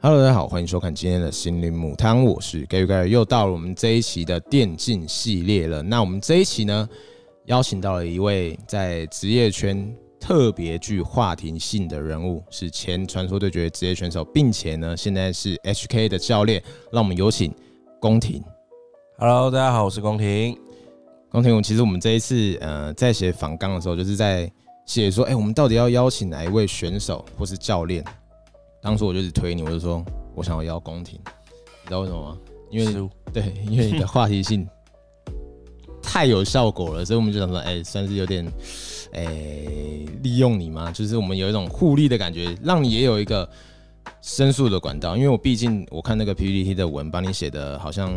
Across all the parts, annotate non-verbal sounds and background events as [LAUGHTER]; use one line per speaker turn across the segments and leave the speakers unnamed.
Hello，大家好，欢迎收看今天的心灵母汤，我是 Gary Gary，又到了我们这一期的电竞系列了。那我们这一期呢，邀请到了一位在职业圈特别具话题性的人物，是前传说对决职业选手，并且呢，现在是 HK 的教练。让我们有请宫廷。
Hello，大家好，我是宫廷。
宫廷武，其实我们这一次呃在写访纲的时候，就是在写说，哎、我们到底要邀请哪一位选手或是教练？当初我就是推你，我就说我想要邀宫廷，你知道为什么吗？因为
十五
对，因为你的话题性太有效果了，所以我们就想说，哎、算是有点，哎、利用你嘛，就是我们有一种互利的感觉，让你也有一个申诉的管道。因为我毕竟我看那个 PPT 的文，帮你写的好像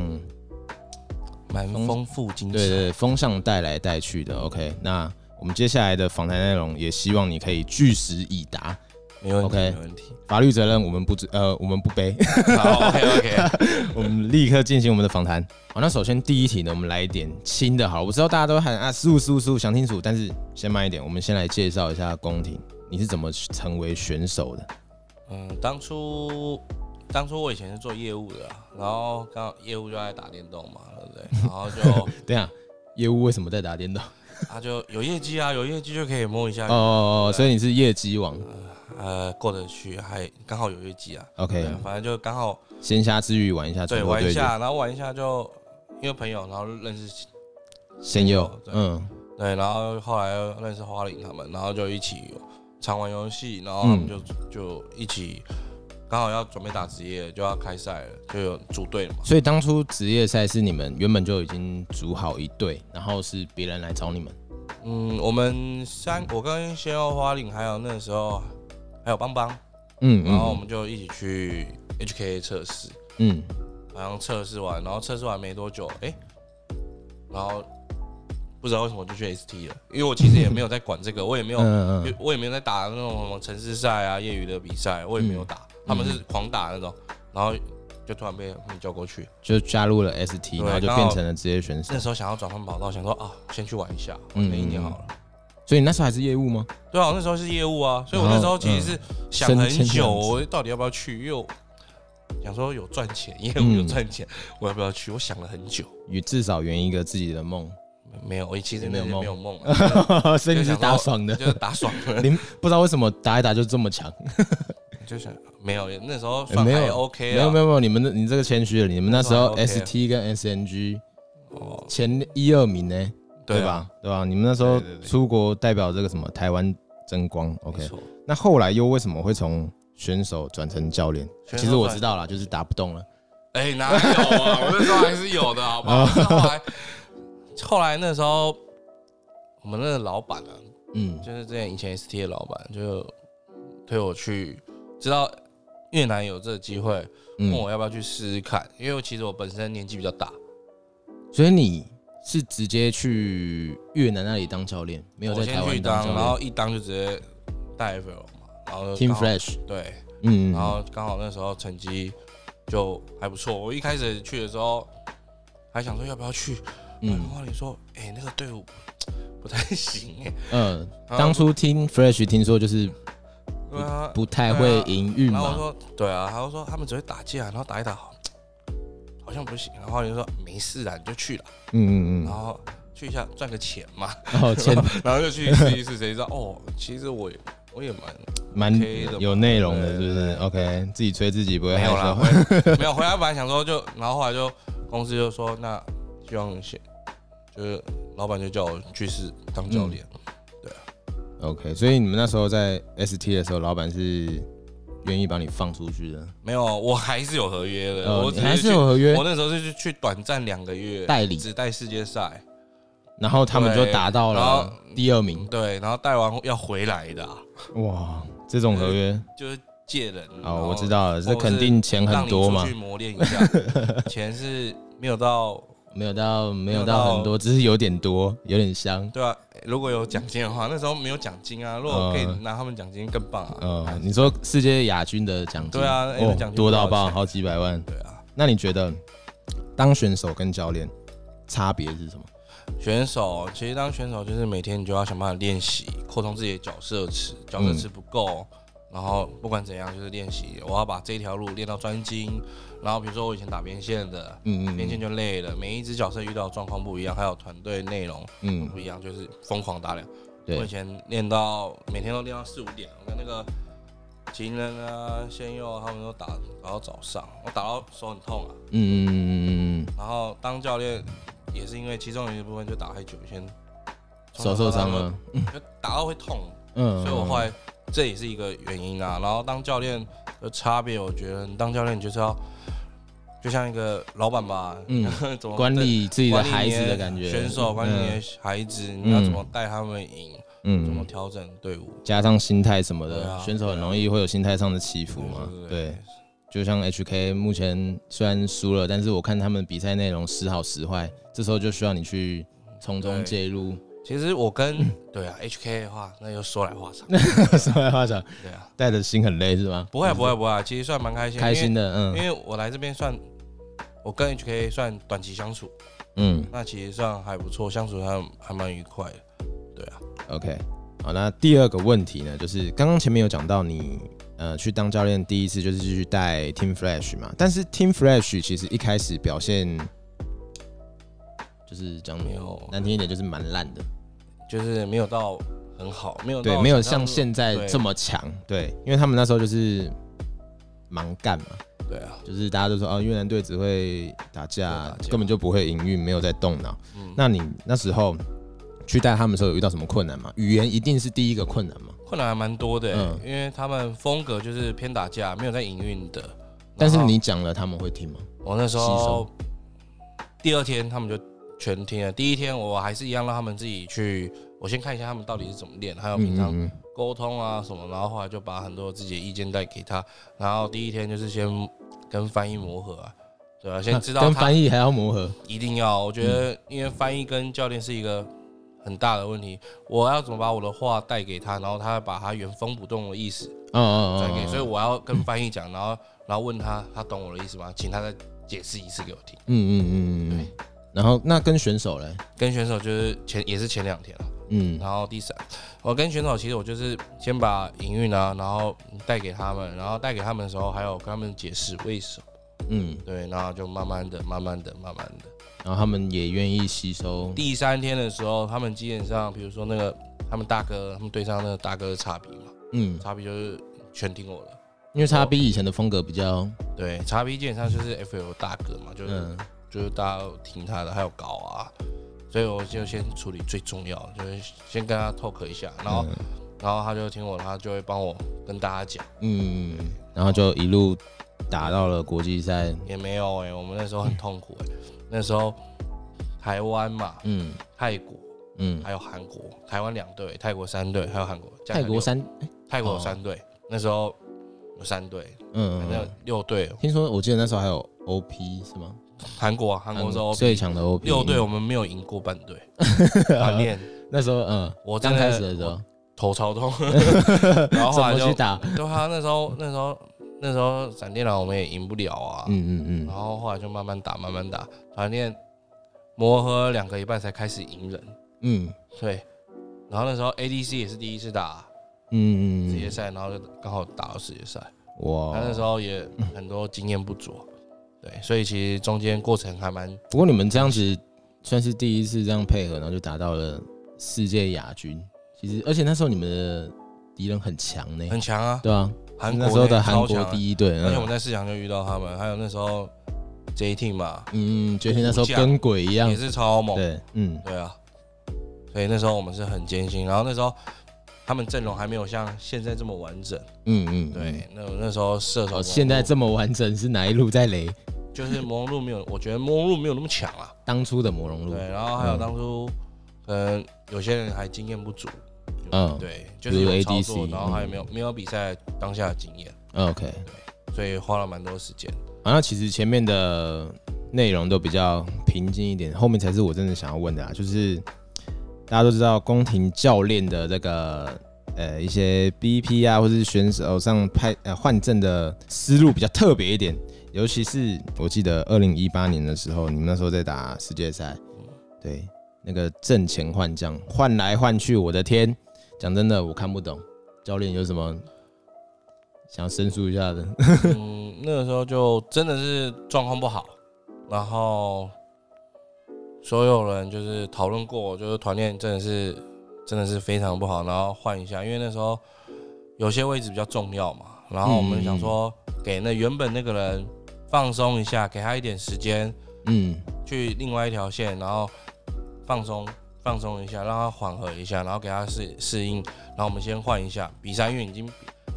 蛮丰富精
对
彩。
对，风向带来带去的。OK，那我们接下来的访谈内容也希望你可以据实以答，
没问题
OK
没
[LAUGHS]
问题。
法律责任我们不知呃我们不背， [LAUGHS]
好，OK OK。
我们立刻进行我们的访谈。好，那首先第一题呢，我们来一点轻的好了，我知道大家都喊啊十五十五十五想清楚，但是先慢一点，我们先来介绍一下宫廷，你是怎么成为选手的？
[LAUGHS] 嗯，当初当初我以前是做业务的啊，然后刚好业务就在打电动嘛，对不对？
[LAUGHS]
然后就
对啊，业务为什么在打电动？
他就有业绩啊，有业绩就可以摸一下，
哦，所以你是业绩王。
呃，过得去，还刚好有业绩啊。
OK，啊
对，反正就刚好
闲暇之余玩一下，
对玩一，下，然后玩一下就因为朋友，然后认识
先右，
对
嗯，
对，然后后来又认识花玲他们，然后就一起常玩游戏，然后他们就、就一起刚好要准备打职业，就要开赛了，就有组队了嘛。
所以当初职业赛是你们原本就已经组好一队，然后是别人来找你们。
嗯，我们三，我跟先后花玲还有那时候还有邦邦，
嗯
然后我
嗯
们就一起去 HK 测试，
嗯，
好像测试完，然后测试完没多久，哎、然后不知道为什么就去 ST 了，因为我其实也没有在管这个，我也没有
嗯嗯
因为我也没有在打那种什么城市赛啊、业余的比赛，我也没有打，他们是狂打那种，然后就突然被他们叫过去。
就加入了 ST，
对
然后就变成了职业选手
那。时候想要转换跑道，想说啊，先去玩一下，玩
嗯
了一年好了。
所以你那时候还是业务吗？
对啊，我那时候是业务啊，所以我
然后
那时候其实是
嗯
想很
升迁这
久，
样子
我到底要不要去？因为我想说有赚钱，业务
嗯
有 [LAUGHS] 赚钱，我要不要去？我想了很久，
与至少圆一个自己的梦，
没有，我其实那
没有梦 [LAUGHS]
没有梦啊，
所以你是打爽的。
[LAUGHS] 就是打爽了，
你不知道为什么打一打就这么强，
就想没有，那时候
欸
算
没
还
有
OK 啊，
没有没有没有，你们你这个谦虚了，你们那时候
那时候
ST 跟 SNG
哦，
前一二名呢，
对啊
对
吧？
吧？对吧？你们那时候
对对对
出国代表这个什么台湾争光，OK，
没错，
那后来又为什么会从选手转成教练？
选手转
其实我知道啦，就是打不动了。
哎、哪有啊？ [LAUGHS] 我那时候还是有的，好不好？后来，后来那时候，我们那个老板啊，
嗯
就是之前以前 ST 的老板，就推我去，知道越南有这个机会，问
嗯，
我要不要去试试看。因为其实我本身年纪比较大，
所以你是直接去越南那里当教练，没有
我
在台
先
湾
去当，
教
然
练。
后一当就直接带 FL 嘛，然后就
Team
刚好
Flash，
对，
嗯，
然后刚好那时候成绩就还不错。我一开始去的时候还想说要不要去，然
嗯
后你说，哎、那个队伍不太行哎、
嗯，
然后
当初 Team Flash 听说就是
对啊，
不太会营运
然后我
嘛，
说，对啊，他就说他们只会打架，然后打一打，好像不行。然后你就说没事啊，你就去了，
嗯嗯
然后去一下赚个钱
[LAUGHS]
嘛，
嗯，哦，前
然后就去试一试，谁知道哦，其实我也我也蛮
蛮
OK 的嘛
有内容的，
对
是不是？OK，自己吹自己不会
没
害
有啦，
羞。
[LAUGHS] 回没有回来本来想说就，然后后来就公司就说那希望先就是老板就叫我去试当教练，
OK，所以你们那时候在 ST 的时候，老板是愿意把你放出去的，
没有，我还是有合约的，
哦
我只
你还
去
是有合约
我那时候是去短暂两个月
代理
只带世界赛。
然后他们就
对
达到
然后
了第二名。
嗯对，然后带完要回来的啊、
哇，这种合约
就是借人。然
哦，
后
我知道了，
或
这
者
肯定钱很多
让
嘛
你出，去磨练一 [LAUGHS] 下，钱是没有到，
没有到没有
有
到
到
很多，只是有点多，有点香。
对啊，如果有奖金的话，那时候没有奖金啊，如果可以
嗯
拿他们奖金更棒啊。
呃，你说世界亚军的奖金，
对啊那
哦
个奖，金
多到
多少
爆，
钱
好几百万。
对啊，
那你觉得当选手跟教练差别是什么？
选手其
嗯
实当选手就是每天你就要想办法练习，扩充自己的角色池，角色池不够，然后不管怎样就是练习，我要把这一条路练到专精。然后比如说我以前打边线的，
嗯嗯
边线就累了，每一只角色遇到的状况不一样，还有团队内容
嗯
不一样，就是疯狂打量。
对
我以前练到每天都练到四五点，我跟那个情人啊、仙佑啊他们都打打到早上，我打到手很痛啊。
嗯嗯嗯嗯
然后当教练也是因为其中有一部分就打太久，先
嗯，手受伤了，
就打到会痛，
嗯，
所以我后来这也是一个原因啊。然后当教练的差别，我觉得你当教练你就是要就像一个老板吧，
嗯，
[LAUGHS] 怎么
管理自己的
管理
孩
你
子的感觉，嗯
选手管理你的孩子，你要怎么带他们赢，怎么
嗯，
调整队伍，
加上心态什么
对
的，
啊
选手很容易会有心态上的起伏嘛，嗯对。就像 HK 目前虽然输了，但是我看他们比赛内容时好时坏，这时候就需要你去从中介入， [LAUGHS]
其实我跟对啊 HK 的话，那就说来话
[LAUGHS]
长，
说来话长，
对啊，
带的心很累是吗？
不会啊不会不会，其实算蛮开心，
开心
的，
的，
因
嗯
为我来这边算。我跟 HK 算短期相处，
嗯
那其实算还不错，相处还还蛮愉快的，对啊。
，OK。好，那第二个问题呢，就是刚刚前面有讲到你呃去当教练第一次就是去带 Team Flash 嘛，但是 Team Flash 其实一开始表现就是讲
没有
难听一点就是蛮烂的，
就是没有到很好，没有
对，
到
没有
想
像
象
现在
对
这么强，对，因为他们那时候就是盲干嘛。
对啊，
就是大家都说哦，越南队只会打架，
打架
根本就不会营运，没有在动脑。
嗯
那你那时候去带他们的时候，有遇到什么困难吗？语言一定是第一个困难嘛。
困难还蛮多的、
嗯
因为他们风格就是偏打架，没有在营运的。
但是
然后
你讲了，他们会听吗？
我那
吸
时候
收
第二天他们就全听了，第一天我还是一样让他们自己去，我先看一下他们到底是怎么练，还有平常
嗯
沟通啊什么，然后后来就把很多自己的意见带给他，然后第一天就是先跟翻译磨合啊，对啊，先知道
跟
他
翻译还要磨合。
一定要，我觉得因为翻译跟教练是一个很大的问题。我要怎么把我的话带给他，然后他把他原封不动的意思
嗯嗯
传
嗯
给，
嗯，
所以我要跟翻译讲，然后然后问他他懂我的意思吗？请他再解释一次给我听。
嗯嗯嗯嗯嗯。然后那跟选手嘞，
跟选手就是前也是前两天了，啊
嗯
然后第三，我跟选手其实我就是先把营运啊，然后带给他们，然后带给他们的时候，还有跟他们解释为什么，
嗯，
对，然后就慢慢的、慢慢的、慢慢的。
然后他们也愿意吸收。
第三天的时候，他们基本上，比如说那个他们大哥，他们对上那个大哥的差比嘛，
嗯，
差比就是全听我的。
因为他比以前的风格比较，
对，差比基本上就是 F L 大哥嘛，就是、
嗯
就是大家都听他的，还有搞啊，所以我就先处理最重要的，就是先跟他 talk 一下，然
嗯
后、然后他就听我的，他就会帮我跟大家讲，
嗯，然后就一路打到了国际赛。
也没有哎、我们那时候很痛苦哎、那时候台湾嘛、
嗯
泰国
嗯，
还有韩国，台湾两队，泰国三队，还有韩国，加起来
泰国
六
三，
泰国有三队，那时候有三队，
嗯嗯
反
嗯
正有。六队。
听说我记得那时候还有 OP 是吗？
韩国啊，韩国是 O
最强的 OP
六队，我们没有赢过半
[LAUGHS]
队，反面
那时候嗯，
我真
刚
的
开始的时候，
头
[LAUGHS]
超痛，然后后来
怎么
就
去打？
对啊，那时候那时候那时候闪电狼我们也赢不了啊，
嗯嗯嗯，
然后后来就慢慢打慢慢打，团练磨合两个礼拜才开始赢人，
嗯
对，然后那时候 ADC 也是第一次打
嗯
职业
嗯
赛，然后就刚好打到世界赛。
嗯，哇
他！那时候也很多经验不足，对，所以其实中间过程还蛮
不过你们这样子算是第一次这样配合，然后就达到了世界亚军。其实，而且那时候你们的敌人很强呢，
很强啊，
对啊，
韩国
那时候的
那
韩
超
国
强啊，
第一队，
而且我们
嗯
在市场就遇到他们，还有那时候 J T 嘛，
嗯，决定那时候跟鬼一样
也，是超猛，
对，嗯
对啊，所以那时候我们是很艰辛，然后那时候他们阵容还没有像现在这么完整，
嗯嗯，
对，那那时候射手
哦，现在
这
这么完整是哪一路在雷？
就是魔龙路没有，我觉得魔龙路没有那么强啊，
当初的魔龙路，
对，然后还有
嗯
当初可能有些人还经验不足，
嗯
对，
比
就
如
是有操作，
ADC
然后还有
嗯
没有没有比赛当下的经验，
哦，OK，
所以花了蛮多时间。
好像啊其实前面的内容都比较平静一点，后面才是我真的想要问的啊，就是大家都知道宫廷教练的这个呃一些 BP 啊，或是选手上派呃换阵的思路比较特别一点，尤其是我记得二零一八年的时候，你们那时候在打世界赛，对，那个阵前换将换来换去，我的天，讲真的我看不懂教练有什么想申诉一下的， [LAUGHS]
嗯，那个时候就真的是状况不好，然后所有人就是讨论过，就是团练真的是真的是非常不好，然后换一下，因为那时候有些位置比较重要嘛，然后我
嗯
们想说给那原本那个人放松一下，给他一点时间
嗯
去另外一条线，然后放松放松一下，让他缓和一下，然后给他适适应，然后我们先换一下比赛，因为已经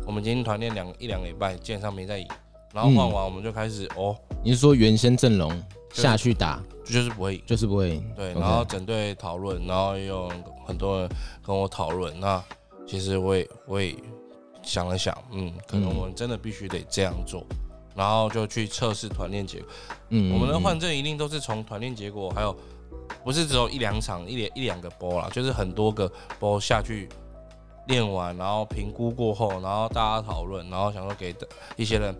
我们今天团练两一两个礼拜，基本上没在赢，然后换完我们就开始、
嗯
哦。
你是说原先阵容
是
下去打
就是不会赢。
就是不会赢？
对，
OK
然后整队讨论，然后也有很多人跟我讨论。那其实我也我也想了想，嗯，可能
嗯
我们真的必须得这样做，然后就去测试团练结果。
嗯
我们的
嗯
换证一定都是从团练结果，还有不是只有一两场一两一两个波啦，就是很多个波下去练完，然后评估过后，然后大家讨论，然后想说给一些人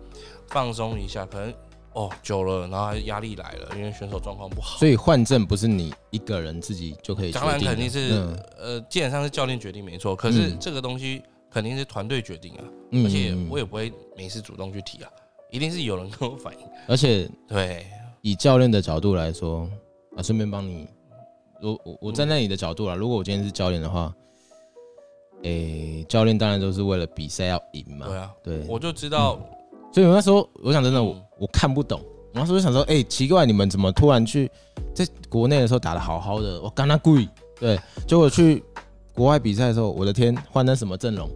放松一下，可能哦久了，然后压力来了，因为选手状况不好。
所以换证不是你一个人自己就可以决定
当
的，
然肯定是、
嗯
呃，基本上是教练决定没错，可是
嗯
这个东西肯定是团队决定啊，
嗯
而且我
也
也不会每次主动去提啊，一定是有人跟我反映。
而且
对，
以教练的角度来说，啊，顺便帮你，我我我站在你的角度啦，如果我今天是教练的话，诶、教练当然都是为了比赛要赢嘛
对，啊，
对，
我就知道，
所以我那时候我想真的我
嗯
我看不懂，我那时候就想说，哎、奇怪，你们怎么突然去在国内的时候打的好好的，我刚他故意对，结果去国外比赛的时候，我的天，换成什么阵容，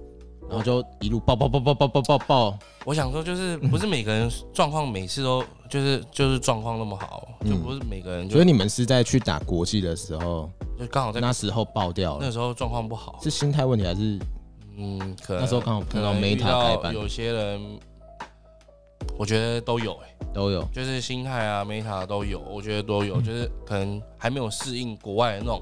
然后就一路爆爆爆爆爆爆爆爆，
我想说就是
嗯
不是每个人状况每次都就是就是状况那么好，就不是每个人
嗯
就
所以你们是在去打国际的时候，
就刚好在
那时候爆掉了
那，时候状况不好，
是心态问题还是
嗯，可能
那时候刚好
可
碰到
能遇
Meta 改
到
版
有些人，我觉得都有哎、
都有？
就是心态啊、美塔都有，我觉得都
嗯
有，就是可能还没有适应国外的那种，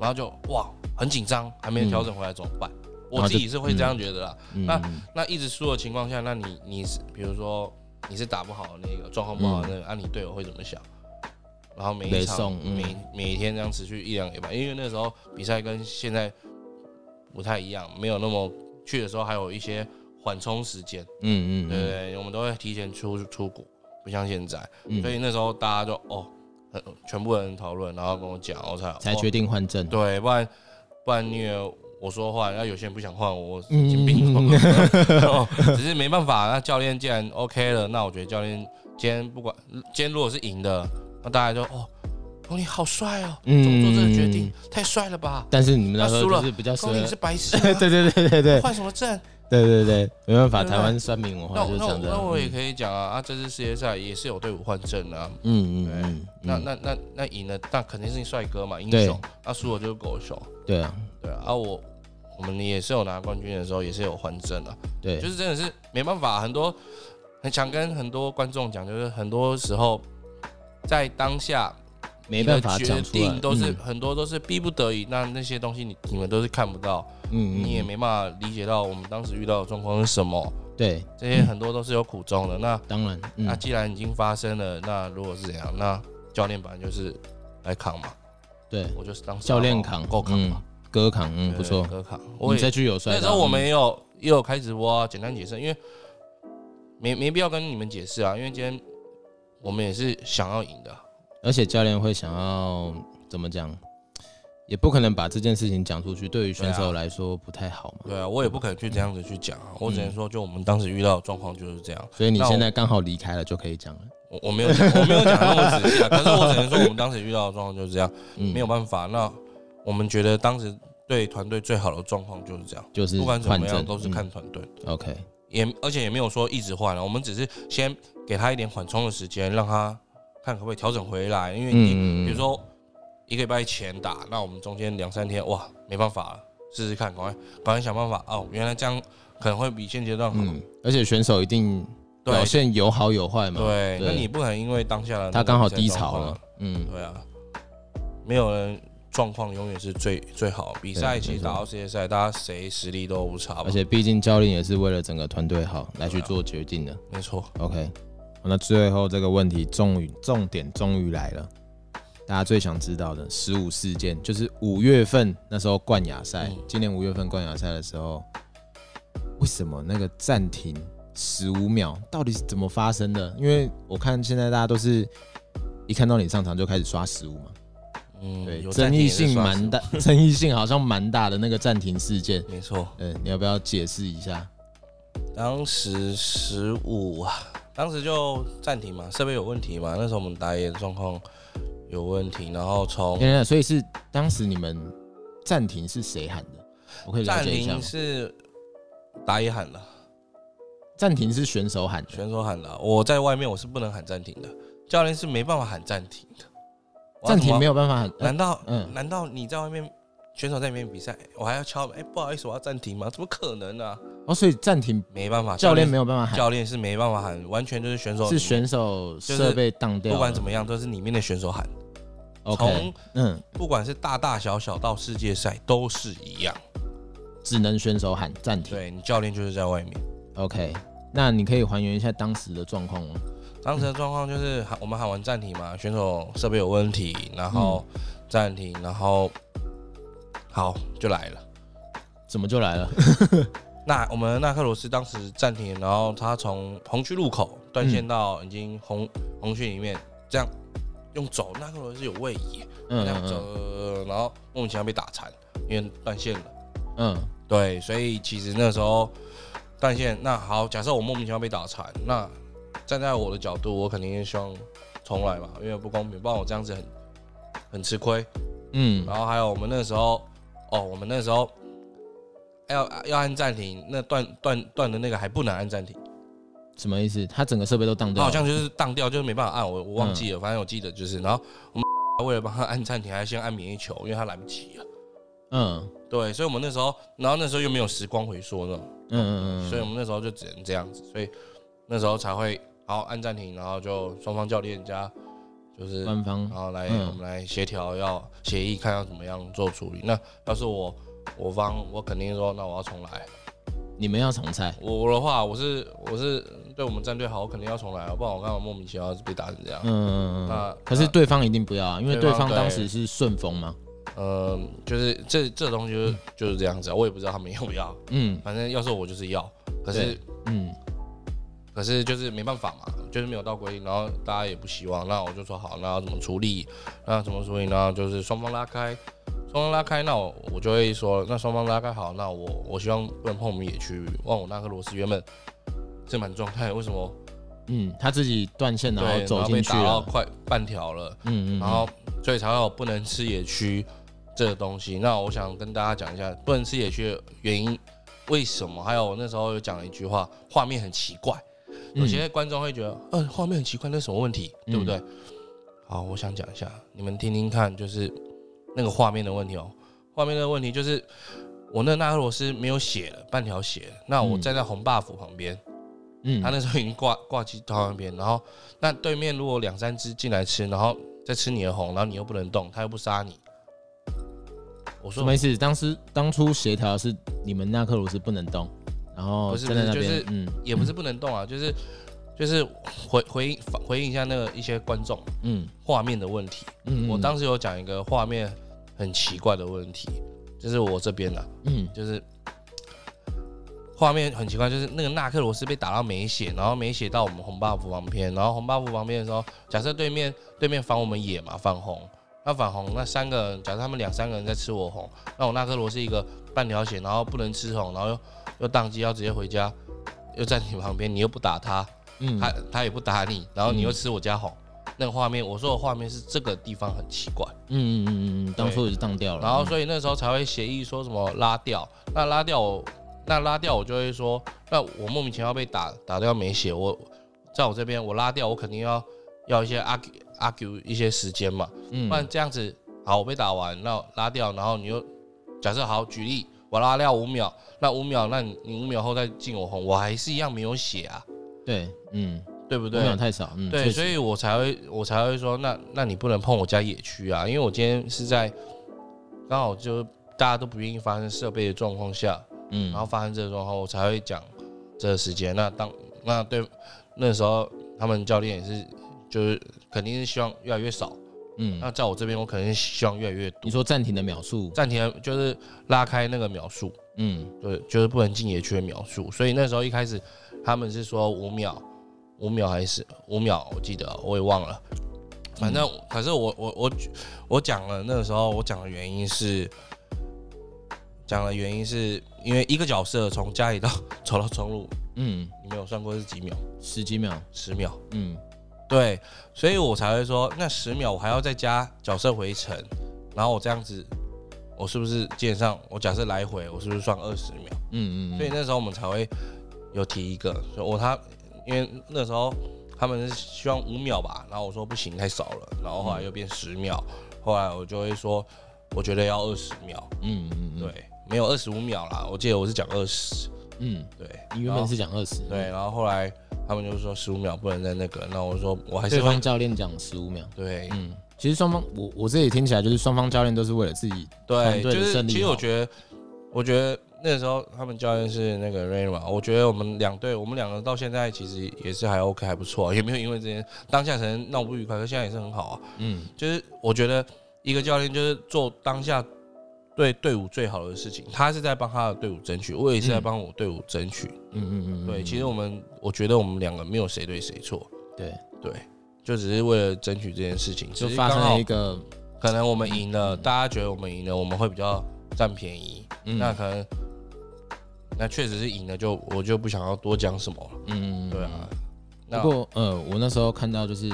然后就哇很紧张，还没有调整回来怎么办？
嗯然
我
后就
自己是会这样觉得啦。
嗯
那那一直输的情况下，那你你是比如说你是打不好那个状况不好
嗯
的那个，啊你队友会怎么想？然后每一
北
场
宋嗯
每每天这样持续一两个礼拜，因为那时候比赛跟现在不太一样，没有那么去的时候还有一些缓冲时间。
嗯嗯
对
嗯，
对，我们都会提前出出国，不像现在，
嗯
所以那时候大家就哦，呃全部人讨论，然后跟我讲，我才
才
哦
决定换证。
对，不然不然你以为我说换，那有些人不想换，我神
嗯
经病哦， [LAUGHS] 哦只是没办法，那教练既然 OK 了，那我觉得教练今天不管今天如果是赢的，那大家就哦，哦你好帅哦，怎
嗯
么做这个决定？太帅了吧！
但是你们那时
那输
候
了
就是比较适
公
合，
你是白痴啊、
[LAUGHS] 对对对对对嗯对
换什么证？
对对对，没办法，
对不对
台湾酸民文
那
化就是
我那
这
我
样嗯
那
的。
我也可以讲啊，啊，这次世界赛也是有队伍换证啊，
嗯嗯嗯，
那
嗯
那那那赢了，那肯定是帅哥嘛，英
对
雄。那输了就是狗熊，
对啊，
对啊。啊我我们也是有拿冠军的时候，也是有换证啊，
对，
就是真的是没办法，很多很想跟很多观众讲，就是很多时候在当下
没办法
你的决
讲出来，
定都是
嗯
很多都是逼不得已，那那些东西你你们都是看不到，
嗯
你也没办法理解到我们当时遇到的状况是什么，
对，
这些很多都是有苦衷的。那
当然，
那
嗯，
既然已经发生了，那如果是怎样，那教练本来就是来扛嘛。
对，
我就是当哦
教练扛
够扛嘛，
嗯哥扛，嗯，不错。
哥扛。我
你再
也
去有帅的
那
啊，
时候我们也有也有开直播啊，简单解释，因为没没必要跟你们解释啊，因为今天我们也是想要赢的啊，
而且教练会想要怎么讲，也不可能把这件事情讲出去，对于选
对
手
啊
来说不太好嘛。
对啊，我也不可能去这样子去讲啊，我只能说就我们当时遇到的状况就是这样，
所以你
那我
现在刚好离开了，就可以讲了。
我我没 [LAUGHS] 有讲我没有讲那么仔细 [LAUGHS] 啊，可是我只能说我们当时遇到的状况就是这样，
嗯，
没有办法，那我们觉得当时对团队最好的状况就是这样，
就是
不管怎
换
么样
证
都是
嗯
看团队。
OK，
也而且也没有说一直换了，啊我们只是先给他一点缓冲的时间，让他看可不可以调整回来。因为你、
嗯嗯嗯
比如说一个礼拜前打，那我们中间两三天哇没办法了，试试看，赶快赶快想办法哦。原来这样可能会比现阶段好。
嗯，而且选手一定
对
表现有好有坏嘛。
对，
对
那你不可能因为当下的
他刚好低
那个
潮
状
了，嗯
况，对啊，没有人状况永远是最最好。比赛
对
其
没
实
错
打到世界赛，大家谁实力都无差吧
而？且毕竟教练也是为了整个团队好来去做决定的。
没错，
OK，好那最后这个问题终于重点终于来了，大家最想知道的十五事件，就是五月份那时候冠亚赛
嗯，
今年五月份冠亚赛的时候，为什么那个暂停十五秒，到底是怎么发生的？因为我看现在大家都是一看到你上场就开始刷十五嘛，
嗯，
对，
有暂
争
停
议
也是
性
刷
蛮
15，
大，争议性好像蛮大的那个暂停事件，
没错。
嗯，你要不要解释一下？
当时十五啊，当时就暂停嘛，设备有问题嘛，那时候我们打野的状况有问题，然后从
等等，所以是当时你们暂停是谁喊的？我可以了
暂
解一下
停
吗。
是打野喊的，
暂停是选手喊的，
选手喊的，我在外面我是不能喊暂停的，教练是没办法喊暂停的。我要
暂
怎
停
么
没有办法喊。呃
难道、
嗯
难道你在外面选手在里面比赛，我还要敲门？哎、不好意思，我要暂停吗？怎么可能呢、啊？
哦，所以暂停
没办法，
教练
是
没有办法喊，
啊教练是没办法喊，完全就是选手
是选手
就是
设备当掉了。
不管怎么样都是里面的选手喊。
，OK，
从
嗯，
不管是大大小小到世界赛都是一样，
只能选手喊暂停。
对你教练就是在外面。
OK，那你可以还原一下当时的状况吗？
当时的状况就是喊我们喊完暂停嘛，选手设备有问题，然后
嗯
暂停，然后好就来了。
怎么就来
[LAUGHS]
了？
那我们纳克罗斯当时暂停，然后他从红区入口断线到已经红、红区里面，这样用走纳克罗斯有位移，这
嗯
样
嗯
走，
嗯
然后莫名其妙被打残，因为断线了。
嗯，
对，所以其实那时候断线，那好，假设我莫名其妙被打残，那站在我的角度，我肯定希望重来嘛，因为不公平，不然我这样子很很吃亏。
嗯，
然后还有我们那时候，哦，我们那时候要要按暂停，那断断断的那个还不能按暂停，
什么意思？他整个设备都当
那
掉
好
了。
像就是当掉，就是没办法按，我我忘记了，反正我记得就是，然后我们为了帮他按暂停，还先按免疫球，因为他来不及了。
嗯
对，所以我们那时候，然后那时候又没有时光回溯那种。
嗯嗯嗯
所以
嗯，
我们那时候就只能这样子，所以那时候才会好按暂停，然后就双方教练加就是，然
官方
后来
嗯
我们来协调要协议，看要怎么样做处理。那要是我我方，我肯定说那我要重来。
你们要重赛，
我我的话，我是我是对我们战队好，我肯定要重来啊，不然我干嘛莫名其妙被打成这样？
嗯嗯嗯
啊那
嗯，可是对方一定不要啊，因为
对
对
方
方当
对
时是顺风嘛，
嗯，就是这这东西就是就是这样子啊，我也不知道他们要不要，
嗯
反正要是我就是要，可是
对嗯，
可是就是没办法嘛，就是没有到规定，然后大家也不希望，那我就说好，那要怎么处理？那怎么处理呢？就是双方拉开，双方拉开，那我我就会说，那双方拉开好，那我我希望不能碰我们野区，望我那颗螺丝原本正满状态，为什么
嗯，他自己断线
对，
然后
然
走
后被
进去
打到
了，
快半条了，
嗯嗯，
然后所以才会有不能吃野区这个东西。那我想跟大家讲一下不能吃野区的原因，为什么？还有我那时候有讲了一句话，画面很奇怪，
嗯
有些观众会觉得，嗯、画面很奇怪，那什么问题，对不对？好，我想讲一下，你们听听看，就是那个画面的问题哦，画面的问题就是。我那纳克罗斯没有血了，半条血了。那我
嗯
站在红 buff 旁边，
嗯
他那时候已经挂挂机到那边，然后那对面如果两三只进来吃，然后再吃你的红，然后你又不能动，他又不杀你。我
什
说
么意思？当时当初协调是你们纳克鲁斯不能动，然后
不是
站在
不
那
是就
边
是，
嗯
也不是不能动啊，就是就是回回应回应一下那个一些观众
嗯
画面的问题。
嗯，
我
嗯
当时有讲一个画面很奇怪的问题，就是我这边的、啊
嗯
就是画面很奇怪，就是那个纳克罗斯被打到没血，然后没血到我们红 buff 旁边，然后红 buff 旁边的时候，假设对面对面防我们野嘛，反红，那反红那三个人，假设他们两三个人在吃我红，那我纳克罗斯一个半条血，然后不能吃红，然后又又宕机要直接回家，又在你旁边，你又不打他，
嗯
他他也不打你，然后你又吃我家红。那个画面，我说的画面是这个地方很奇怪，
嗯嗯嗯嗯，当初我就当掉了，
然后所以那时候才会协议说什么拉掉，那拉掉我，那拉掉我就会说，那我莫名其妙被打打掉没血，我在我这边我拉掉，我肯定要要一些 argue argue 一些时间嘛，
嗯
不然这样子，好我被打完，那拉掉，然后你又假设好举例，我拉掉五秒，那五秒，那你你五秒后再进我红，我还是一样没有血啊，
对嗯，
对不对？
量太少，嗯
对，
确
所
实
以我才会我才会说，那那你不能碰我家野区啊，因为我今天是在刚好就大家都不愿意发生设备的状况下，
嗯
然后发生这个状况，我才会讲这个时间。那当那对那时候他们教练也是，就是肯定是希望越来越少。
嗯，
那在我这边，我肯定希望越来越
你
多。
说暂停的秒数，
暂停就是拉开那个秒数，
嗯
对，就是不能进野区的描述，所以那时候一开始他们是说五秒，五秒还是五秒？我记得我也忘了。反正，可是我我我我讲了那个时候，我讲的原因是，讲的原因是因为一个角色从家里到 [LAUGHS] 走到中路，
嗯，
你没有算过是几秒？
十几秒，
十秒。
嗯
对，所以我才会说，那十秒我还要再加角色回程，然后我这样子，我是不是基本上我假设来回，我是不是算二十秒？
嗯嗯，
所以那时候我们才会有提一个，所以我他因为那时候他们是希望五秒吧，然后我说不行太少了，然后后来又变十秒，后来我就会说我觉得要二十秒，
嗯嗯，
对，没有二十五秒啦，我记得我是讲二十，
嗯，
对，
你原
然
本
后
是讲二十，
对，，然后后来他们就说十五秒不能再那个，那我说我还
对
是会
方教练讲十五秒。
对
嗯，
其实双方，我我这里听起来就是双方教练都是为了自己，
对，
团
就
队的
是
胜利
其实我
好
觉得，我觉得那时候他们教练是那个 Ray 嘛，我觉得我们两队，我们两个到现在其实也是还 OK，还不错，啊也没有因为这件当下可能闹不愉快，可现在也是很好啊。
嗯
就是我觉得一个教练就是做当下对队伍最好的事情，他是在帮他的队伍争取，我也是在帮我队伍争取。
嗯嗯嗯，
对，其实我们我觉得我们两个没有谁对谁错，
对
对，就只是为了争取这件事情，
就
只是
发生
刚好
了一个，
可能我们赢了，大家觉得我们赢了，我们会比较占便宜。
嗯
那可能那确实是赢了就，我就不想要多讲什么了。
嗯
对啊，那
不过呃，我那时候看到就是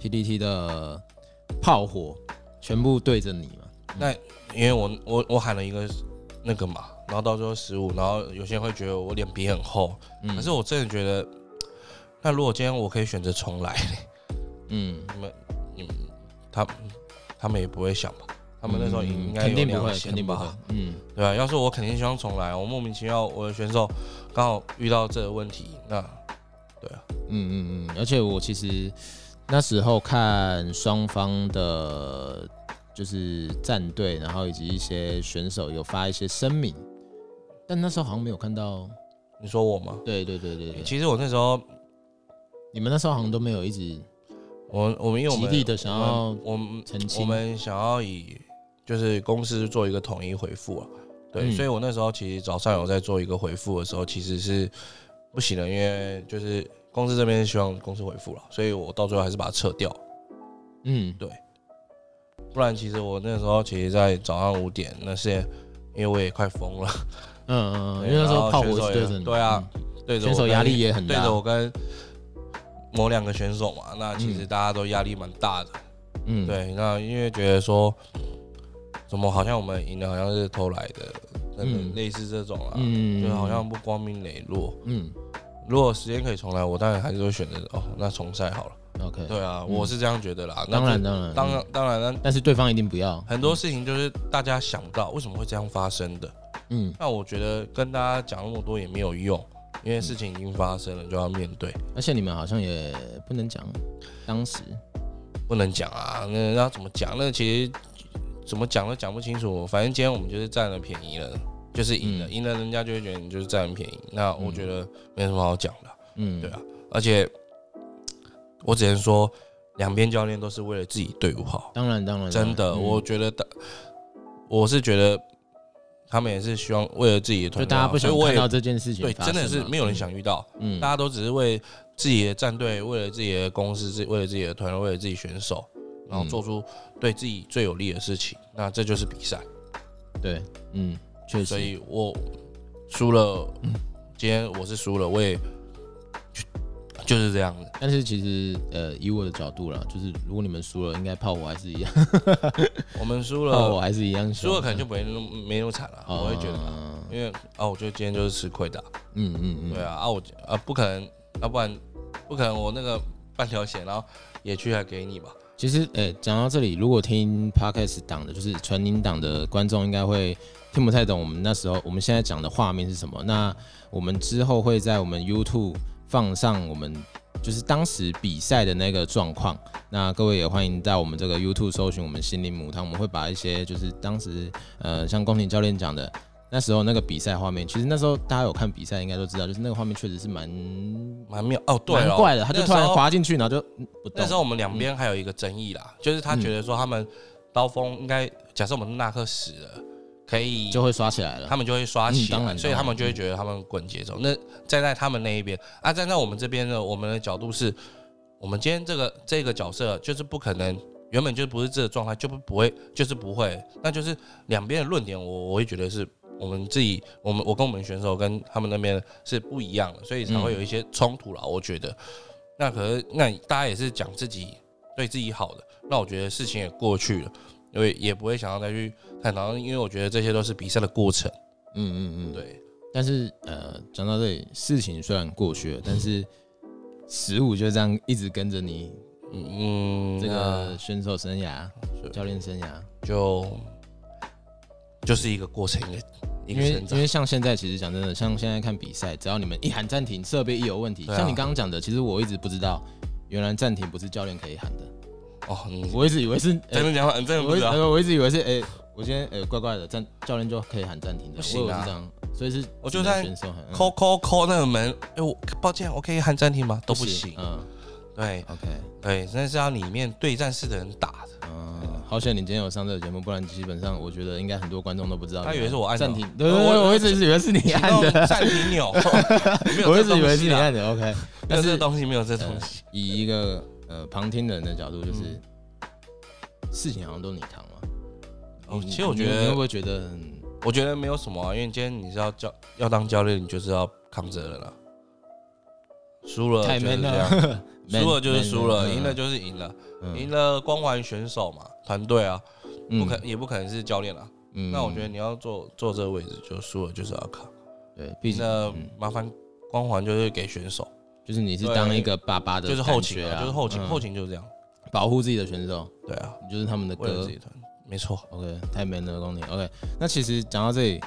PDT 的炮火全部对着你嘛，
因为我我我喊了一个那个嘛，然后到最后十五，然后有些人会觉得我脸皮很厚，
嗯
可是我真的觉得，那如果今天我可以选择重来， [LAUGHS]
嗯，
你们你们他他们也不会想吧？他们那时候应该
嗯肯定
有
不会，
良心
肯定不
吧
会，嗯
对啊，要是我肯定希望重来，我莫名其妙我的选手刚好遇到这个问题，那对啊，
嗯嗯嗯，而且我其实那时候看双方的，就是战队，然后以及一些选手有发一些声明，但那时候好像没有看到，
你说我吗？
对对对对对，
其实我那时候，
你们那时候好像都没有一直
我我们因为我们
极力地想要
我们
澄清，
我们想要以就是公司做一个统一回复啊，对，
嗯
所以我那时候其实早上有在做一个回复的时候，其实是不行的，因为就是公司这边希望公司回复了，所以我到最后还是把它撤掉。
嗯
不然其实我那时候其实，在早上五点那些，因为我也快疯了，
嗯嗯，嗯
对
因为那时候
然后
炮火
选手
是
也
对着你，
对啊
嗯，
对着我
选手
跟
压力也很
对
大
着，我跟某两个选手嘛，那其实大家都压力蛮大的。
嗯，
对，啊那因为觉得说，怎么好像我们赢的好像是偷来的，真的、
嗯
类似这种啦，
嗯，嗯，
就好像不光明磊落。
嗯
如果时间可以重来，我当然还是会选择哦，那重赛好了。
，OK，
对啊，
嗯
我是这样觉得啦。那
当然
就
当然
当
嗯
然，当然，那
但是对方一定不要，
很多事情就是大家想不到为什么会这样发生的。
嗯
那我觉得跟大家讲那么多也没有用，因为事情已经发生了，就要面对，
而且你们好像也不能讲当时，
不能讲啊。那那怎么讲？那其实怎么讲都讲不清楚。反正今天我们就是占了便宜了，就是赢了，
嗯
赢、了人家就会觉得你就是占了便宜。那我觉得没什么好讲的，
嗯，
对啊。而且我只能说，两边教练都是为了自己队伍好，
当然当然，当
真
然
的。
嗯
我觉得大，我是觉得他们也是希望为了自己的
就
团队
大家
好，
不
所以
想
我
看
也
到这件事情
对，
发
真的
生
是
嘛
没有人，想遇到，
嗯
大家都只是为自己的战队、为了自己的公司、自为了自己的团队、为了自己选手，然后
嗯
做出对自己最有利的事情。那这就是比赛，
对，嗯，确
所
实，嗯
以我输了，今天我是输了，我也就就是这样子。
但是其实呃，以我的角度啦，就是如果你们输了，应该炮火还是一样，
[LAUGHS] 我们输
炮火
了，
还是一样凶，
输了可能就不会那么没那么惨了，我会觉得吧，
啊
因为啊，我觉得今天就是吃亏的啊，
嗯嗯嗯，
对啊，啊我啊不可能，要不然不可能我那个半条线，然后野区还给你吧。
其实，诶、讲到这里，如果听 podcast 档的，就是传音档的观众，应该会听不太懂我们那时候我们现在讲的画面是什么。那我们之后会在我们 YouTube 放上我们就是当时比赛的那个状况。那各位也欢迎在我们这个 YouTube 搜寻我们心灵母汤，我们会把一些就是当时呃像宫廷教练讲的。那时候那个比赛画面，其实那时候大家有看比赛，应该都知道，就是那个画面确实是蛮
蛮妙哦，对
蛮
哦，
怪的，他就
那
突然
时候
滑进去，然后就嗯不动。
那时候我们两边还有一个争议啦，就是他觉得说他们刀锋应该，假设我们纳克死了，可以
就会刷起来了。
他们就会刷起
嗯
来，
当然
所以他们就会觉得他们滚节奏。那站在他们那一边啊，站在我们这边呢，我们的角度是，我们今天这个这个角色就是不可能，原本就不是这个状态，就不不会，就是不会，那就是两边的论点我，我会觉得是我们自己，我们我跟我们选手跟他们那边是不一样的，所以才会有一些冲突啦。
嗯
我觉得，那可是那大家也是讲自己对自己好的，那我觉得事情也过去了。因为也不会想要再去探讨，因为我觉得这些都是比赛的过程。
嗯嗯嗯，
对，
但是呃，讲到这里，事情虽然过去了，但是食物就这样一直跟着你
嗯，
这个选手生涯、
是
教练生涯。
那就就是一个过程，一个一
因
个
为
成
因
长
为。像现在，其实讲真的，像现在看比赛，只要你们一喊暂停，设备一有问题，
对啊
像你刚刚讲的，其实我一直不知道，原来暂停不是教练可以喊的，
哦，你
我一直以为是，呃
真的讲话，你真的不
我一
知
直
道。
呃我一直以为是，哎，我今天呃怪怪的，暂教练就可以喊暂停的，我
不
以
行
为
啊
是这样，所以是
我
只
就
能
在
选手喊嗯
扣扣扣那个门，哎、我抱歉，我可以喊暂停吗？都不行。
嗯
对
，OK，
对，那是要里面对战式的人打的。
嗯，好险你今天有上这个节目，不然基本上我觉得应该很多观众都不知道你
他
按。
以为是我按的
暂
哦
停，对对对，
我
我一直以为是你
启
按
动
的，
暂
[LAUGHS]
停钮， [LAUGHS] 没有
我一
这
直以为
东
是
西
你
啦，
按的，OK，
没
但
有这
是
东西，没有这东西。嗯
以一个呃旁听人的角度，就是、事情好像都你扛嘛。
哦，
你
其实我
你
觉
你会不
得，
会觉得很
我觉得没有什么、啊，因为今天你是要教要当教练，你就是要扛责任了。输了
太
呃就
[LAUGHS]
是
man 嗯
这样，
了？
输了就是输了，赢了
就
就是赢了，
嗯
赢了光环选手嘛，团队啊，不可也不可能是教练啊。
嗯
那我觉得你要坐坐这个位置，就输了就是要扛，
对，毕
赢
竟嗯
了麻烦光环就是给选手，
就是你是
对
当一个爸爸的感
就是
觉啊，
后勤啊，就是后勤，
嗯
后勤就是这样，
保护自己的选手，
对啊，
你就是他们的
为了自
哥
己。团，没错，
OK，太 man 了，公你。OK，那其实讲到这里。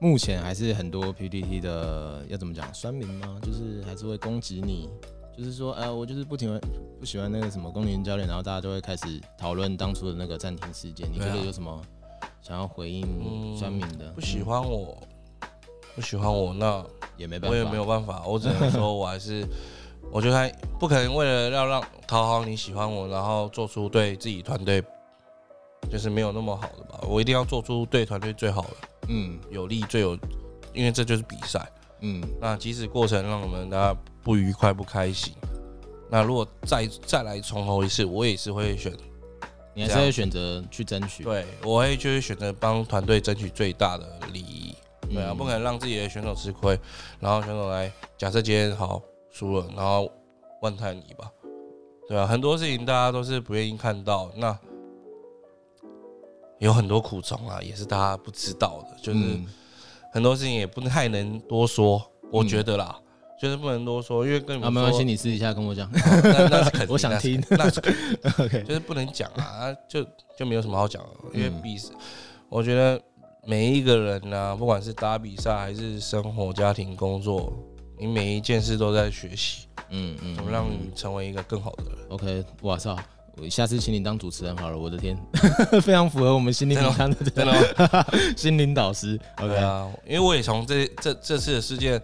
目前还是很多 PPT 的要怎么讲酸民吗？就是还是会攻击你，就是说，呃，我就是不喜欢不喜欢那个什么公园教练，然后大家就会开始讨论当初的那个暂停事件。你觉
对啊
得有什么想要回应
嗯
酸民的？嗯
不喜欢我，不喜欢我，那
也没办
我
法，
也没有办法，我只能说我还是， [LAUGHS] 我觉得还不可能为了要让讨好你喜欢我，然后做出对自己团队就是没有那么好的吧，我一定要做出对团队最好的、
嗯
有利、最有，因为这就是比赛。
嗯
那即使过程让我们大家不愉快、不开心，那如果再再来重头一次，我也是会选，
你还是会选择去争取。
啊对啊我会就是选择帮团队争取最大的利益。对啊，
嗯
不可能让自己的选手吃亏。然后选手来，假设今天好输了，然后万叹你吧，对啊，很多事情大家都是不愿意看到，那有很多苦衷啊，也是大家不知道的，就是
嗯
很多事情也不太能多说，我
嗯
觉得啦，就是不能多说，因为跟你
啊，
们
没
说，
关系，你私底下跟我讲。
[LAUGHS] 那那是肯定，
我想
那是
听
那是肯定
OK，
就是不能讲啊，啊就就没有什么好讲了，因为
嗯
比赛，我觉得每一个人呢、不管是打比赛还是生活、家庭、工作，你每一件事都在学习，
嗯嗯，
怎么让你成为一个更好的人。
[LAUGHS] OK，哇操！我下次请你当主持人好了，我的天， [LAUGHS] 非常符合我们心灵鸡汤的
真的吗？
心灵导师。OK，
对啊，因为我也从这这这次的事件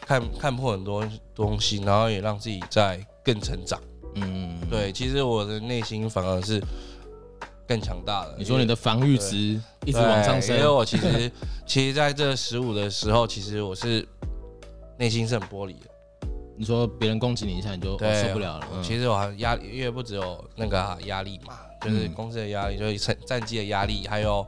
看看破很多东西，然后也让自己在更成长。
嗯，嗯，
对，其实我的内心反而是更强大的。
你说你的防御值一
一
直往上升
因为，我其实 [LAUGHS] 其实在这十五的时候，其实我是内心是很玻璃的，
你说别人攻击你一下你就哦
对，啊
受不了了。嗯
其实我还压力，因为不只有那个啊压、力嘛，就是
嗯
公司的压力，就是成 [LAUGHS] 战绩的压力，还有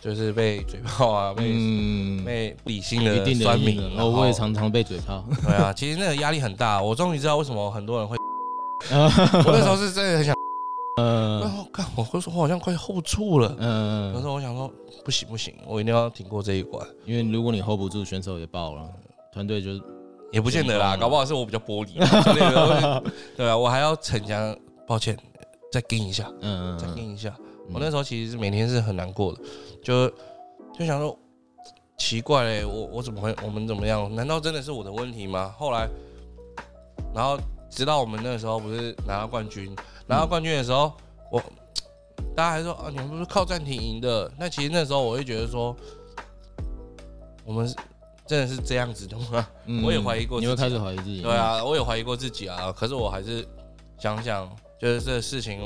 就是被嘴炮啊，被、
嗯，
被理性
一
的
定的
酸
阴
民
影，
然
哦，
后
我也常常被嘴炮。 [LAUGHS]
对啊，其实那个压力很大。我终于知道为什么很多人会， [LAUGHS] 我那时候是真的很想，然
嗯
后看 [LAUGHS] 我会说，我好像快 hold 不住了。那时
嗯，
候我想说，不行不行，我一定要挺过这一关。
因为如果你 hold 不住，选手也爆了，团队就
也不见得啦，
成功了
搞不好是我比较玻璃，教练有时候会对啊，我还要逞强，抱歉，再跟一下，
嗯
再跟一下。
嗯
我那时候其实是每天是很难过的，就就想说，奇怪嘞、我我怎么会，我们怎么样？难道真的是我的问题吗？后来，然后直到我们那时候不是拿到冠军，拿到冠军的时候，我大家还说啊，你们不是靠暂停赢的？那其实那时候我会觉得说，我们是真的是这样子的吗？
嗯
我也怀疑过
你
自己啊
会开始怀疑
嗯
自己。
对，啊，我有怀疑过自己啊，可是我还是想想，就是这事情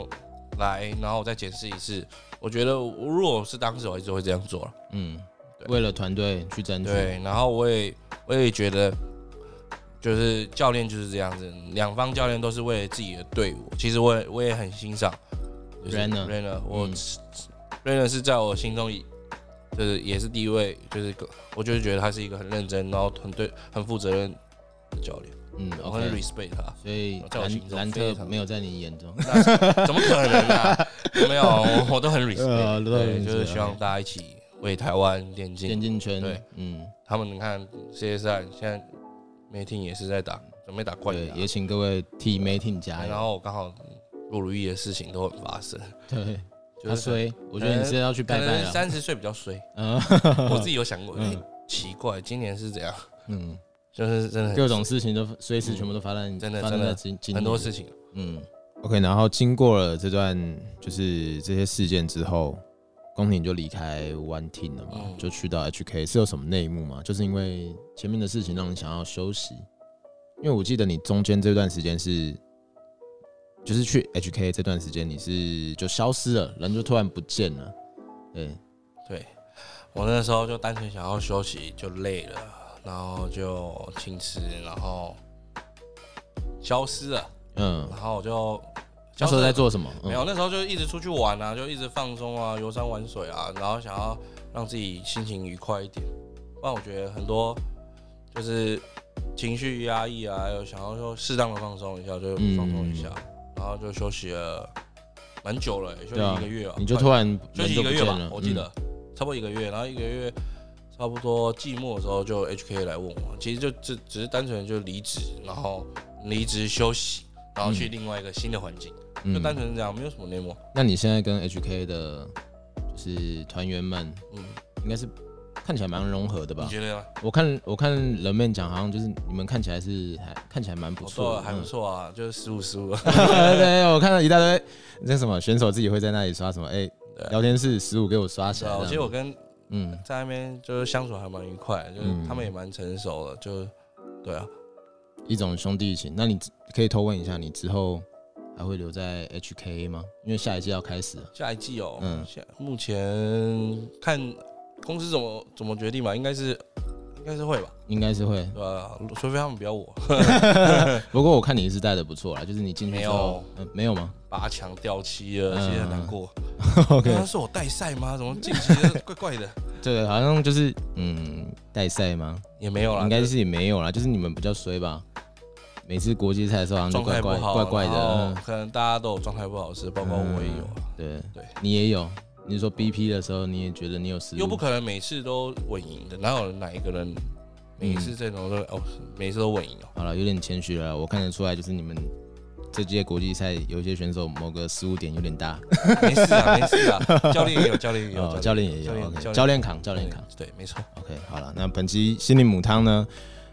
来，然后我再检视一次。我觉得我如果我是当时，我一直会这样做了。
嗯，
对
为了团队去争取，
对，然后我也我也觉得，就是教练就是这样子，两方教练都是为了自己的队伍。其实我也我也很欣赏
Rainer
Rainer，我、
嗯
Rainer 是在我心中也就是也是第一位，就是个我就是觉得他是一个很认真，然后很对很负责任的教练，
嗯
我很
，OK。
respect 他。
所以
在我心
兰
中
兰
非
特
常
没有在你眼中，
那怎么可能啊？没有，我
[LAUGHS]
我都很 respect，、
啊
呃都很
对，就是
respect，
希望
OK
大家一起为台湾电
电
竞。
竞圈，
对，
嗯，
他们你看 CSI 现在 Mating 也是在打，准备打冠
对，
亚，
也请各位替 Mating 加
啊然
油。
后刚好不如意的事情都很发生，
[LAUGHS] 对，
就
他
是
衰，我觉得你是要去
可
拜拜
能
了。
三十岁比
[LAUGHS]
较衰，
嗯
我自己有想过，
嗯
哎，奇怪，今年是怎样？
嗯，
就是真的很
各种事情都随时全部都发生，
嗯真的
发生
真
在
的
今今
很多
年
事情，
嗯，
OK，然后经过了这段就是这些事件之后，宫廷就离开 One Team 了嘛，
嗯
就去到 HK，是有什么内幕吗？就是因为前面的事情让你想要休息，因为我记得你中间这段时间是，就是去 HK 这段时间你是就消失了，人就突然不见了，对，
对我那时候就单纯想要休息，就累了，然后就轻吃，然后消失了，
嗯，
然后我就
那时候在做什么？嗯
没有，那时候就一直出去玩啊，就一直放松啊，游山玩水啊，然后想要让自己心情愉快一点。不然我觉得很多就是情绪压抑啊，有想要说适当的放松一下，就放松一下，然后就休息了蛮久了、也
嗯
休
对啊
息一个月啊，
你就
快
突然
休
人
息
就不
一个月
见
吧
了，，
我记
嗯
得、差不多一个月，然后一个月差不多季末的时候就 HK 来问我，其实就只只是单纯就离职，然后离职休息，然后去另外一个新的环境，
嗯
就单纯这样，没有什么内幕。
那你现在跟 HK 的，就是团员们，
嗯，
应该是看起来蛮融合的
你
吧？
觉得呢？
我看我看人们讲，好像就是你们看起来是还看起来蛮不
我
错嗯
说
的，
还不错啊，就是十五
[LAUGHS]
十五，
嗯。 [LAUGHS] 对，我看到一大堆那什么选手自己会在那里刷什么，哎、
对啊
聊天室十五给我刷起
是
来
啊。
这
我
样。
觉得我跟
嗯，
在那边就是相处还蛮愉快的，就是
嗯
他们也蛮成熟的，就是对啊，
一种兄弟情。那你可以偷问一下，你之后还会留在 HK 吗？因为下一季要开始了。
下一季哦，
嗯
现目前看公司怎么怎么决定吧，应该是应该是会吧。
应该是会，
对啊，除非他们不要我，
不过我看你是带的不错啦，就是你进去之后，嗯没有吗
拔墙掉漆了，
嗯
其实很难过。
[LAUGHS] ？OK，
那是我带赛吗？怎么近期的怪怪
[LAUGHS]
的？
对，好像就是嗯，带赛吗？
也没有啦，
应该是也没有啦，就是你们比较衰吧。每次国际赛的时候好像就
状
怪
态不
怪
好，啊
怪怪的，
然
嗯
后可能大家都有状态不好的事，包括我也有啊，
对
对
你也有。你是说 BP 的时候，你也觉得你有失误，
又不可能每次都稳赢的，哪有哪一个人每次这种都
嗯
哦，每次都稳赢哦？
好了，有点谦虚了。我看得出来，就是你们这届国际赛有一些选手某个失误点有点大，
没事啊，没
[LAUGHS]
事啊，教练也有，教练也
哦
有，
教练也有，OK，教练扛，教练扛。，
对，没错，
OK，好了，那本期心灵母汤呢，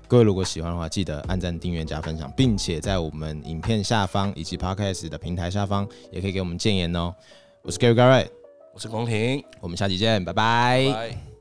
各位如果喜欢的话，记得按赞、订阅、加分享，并且在我们影片下方以及 Podcast 的平台下方，也可以给我们建言哦。我是 Gary Garrett，
我是光庭，
我们下期见，拜拜
拜。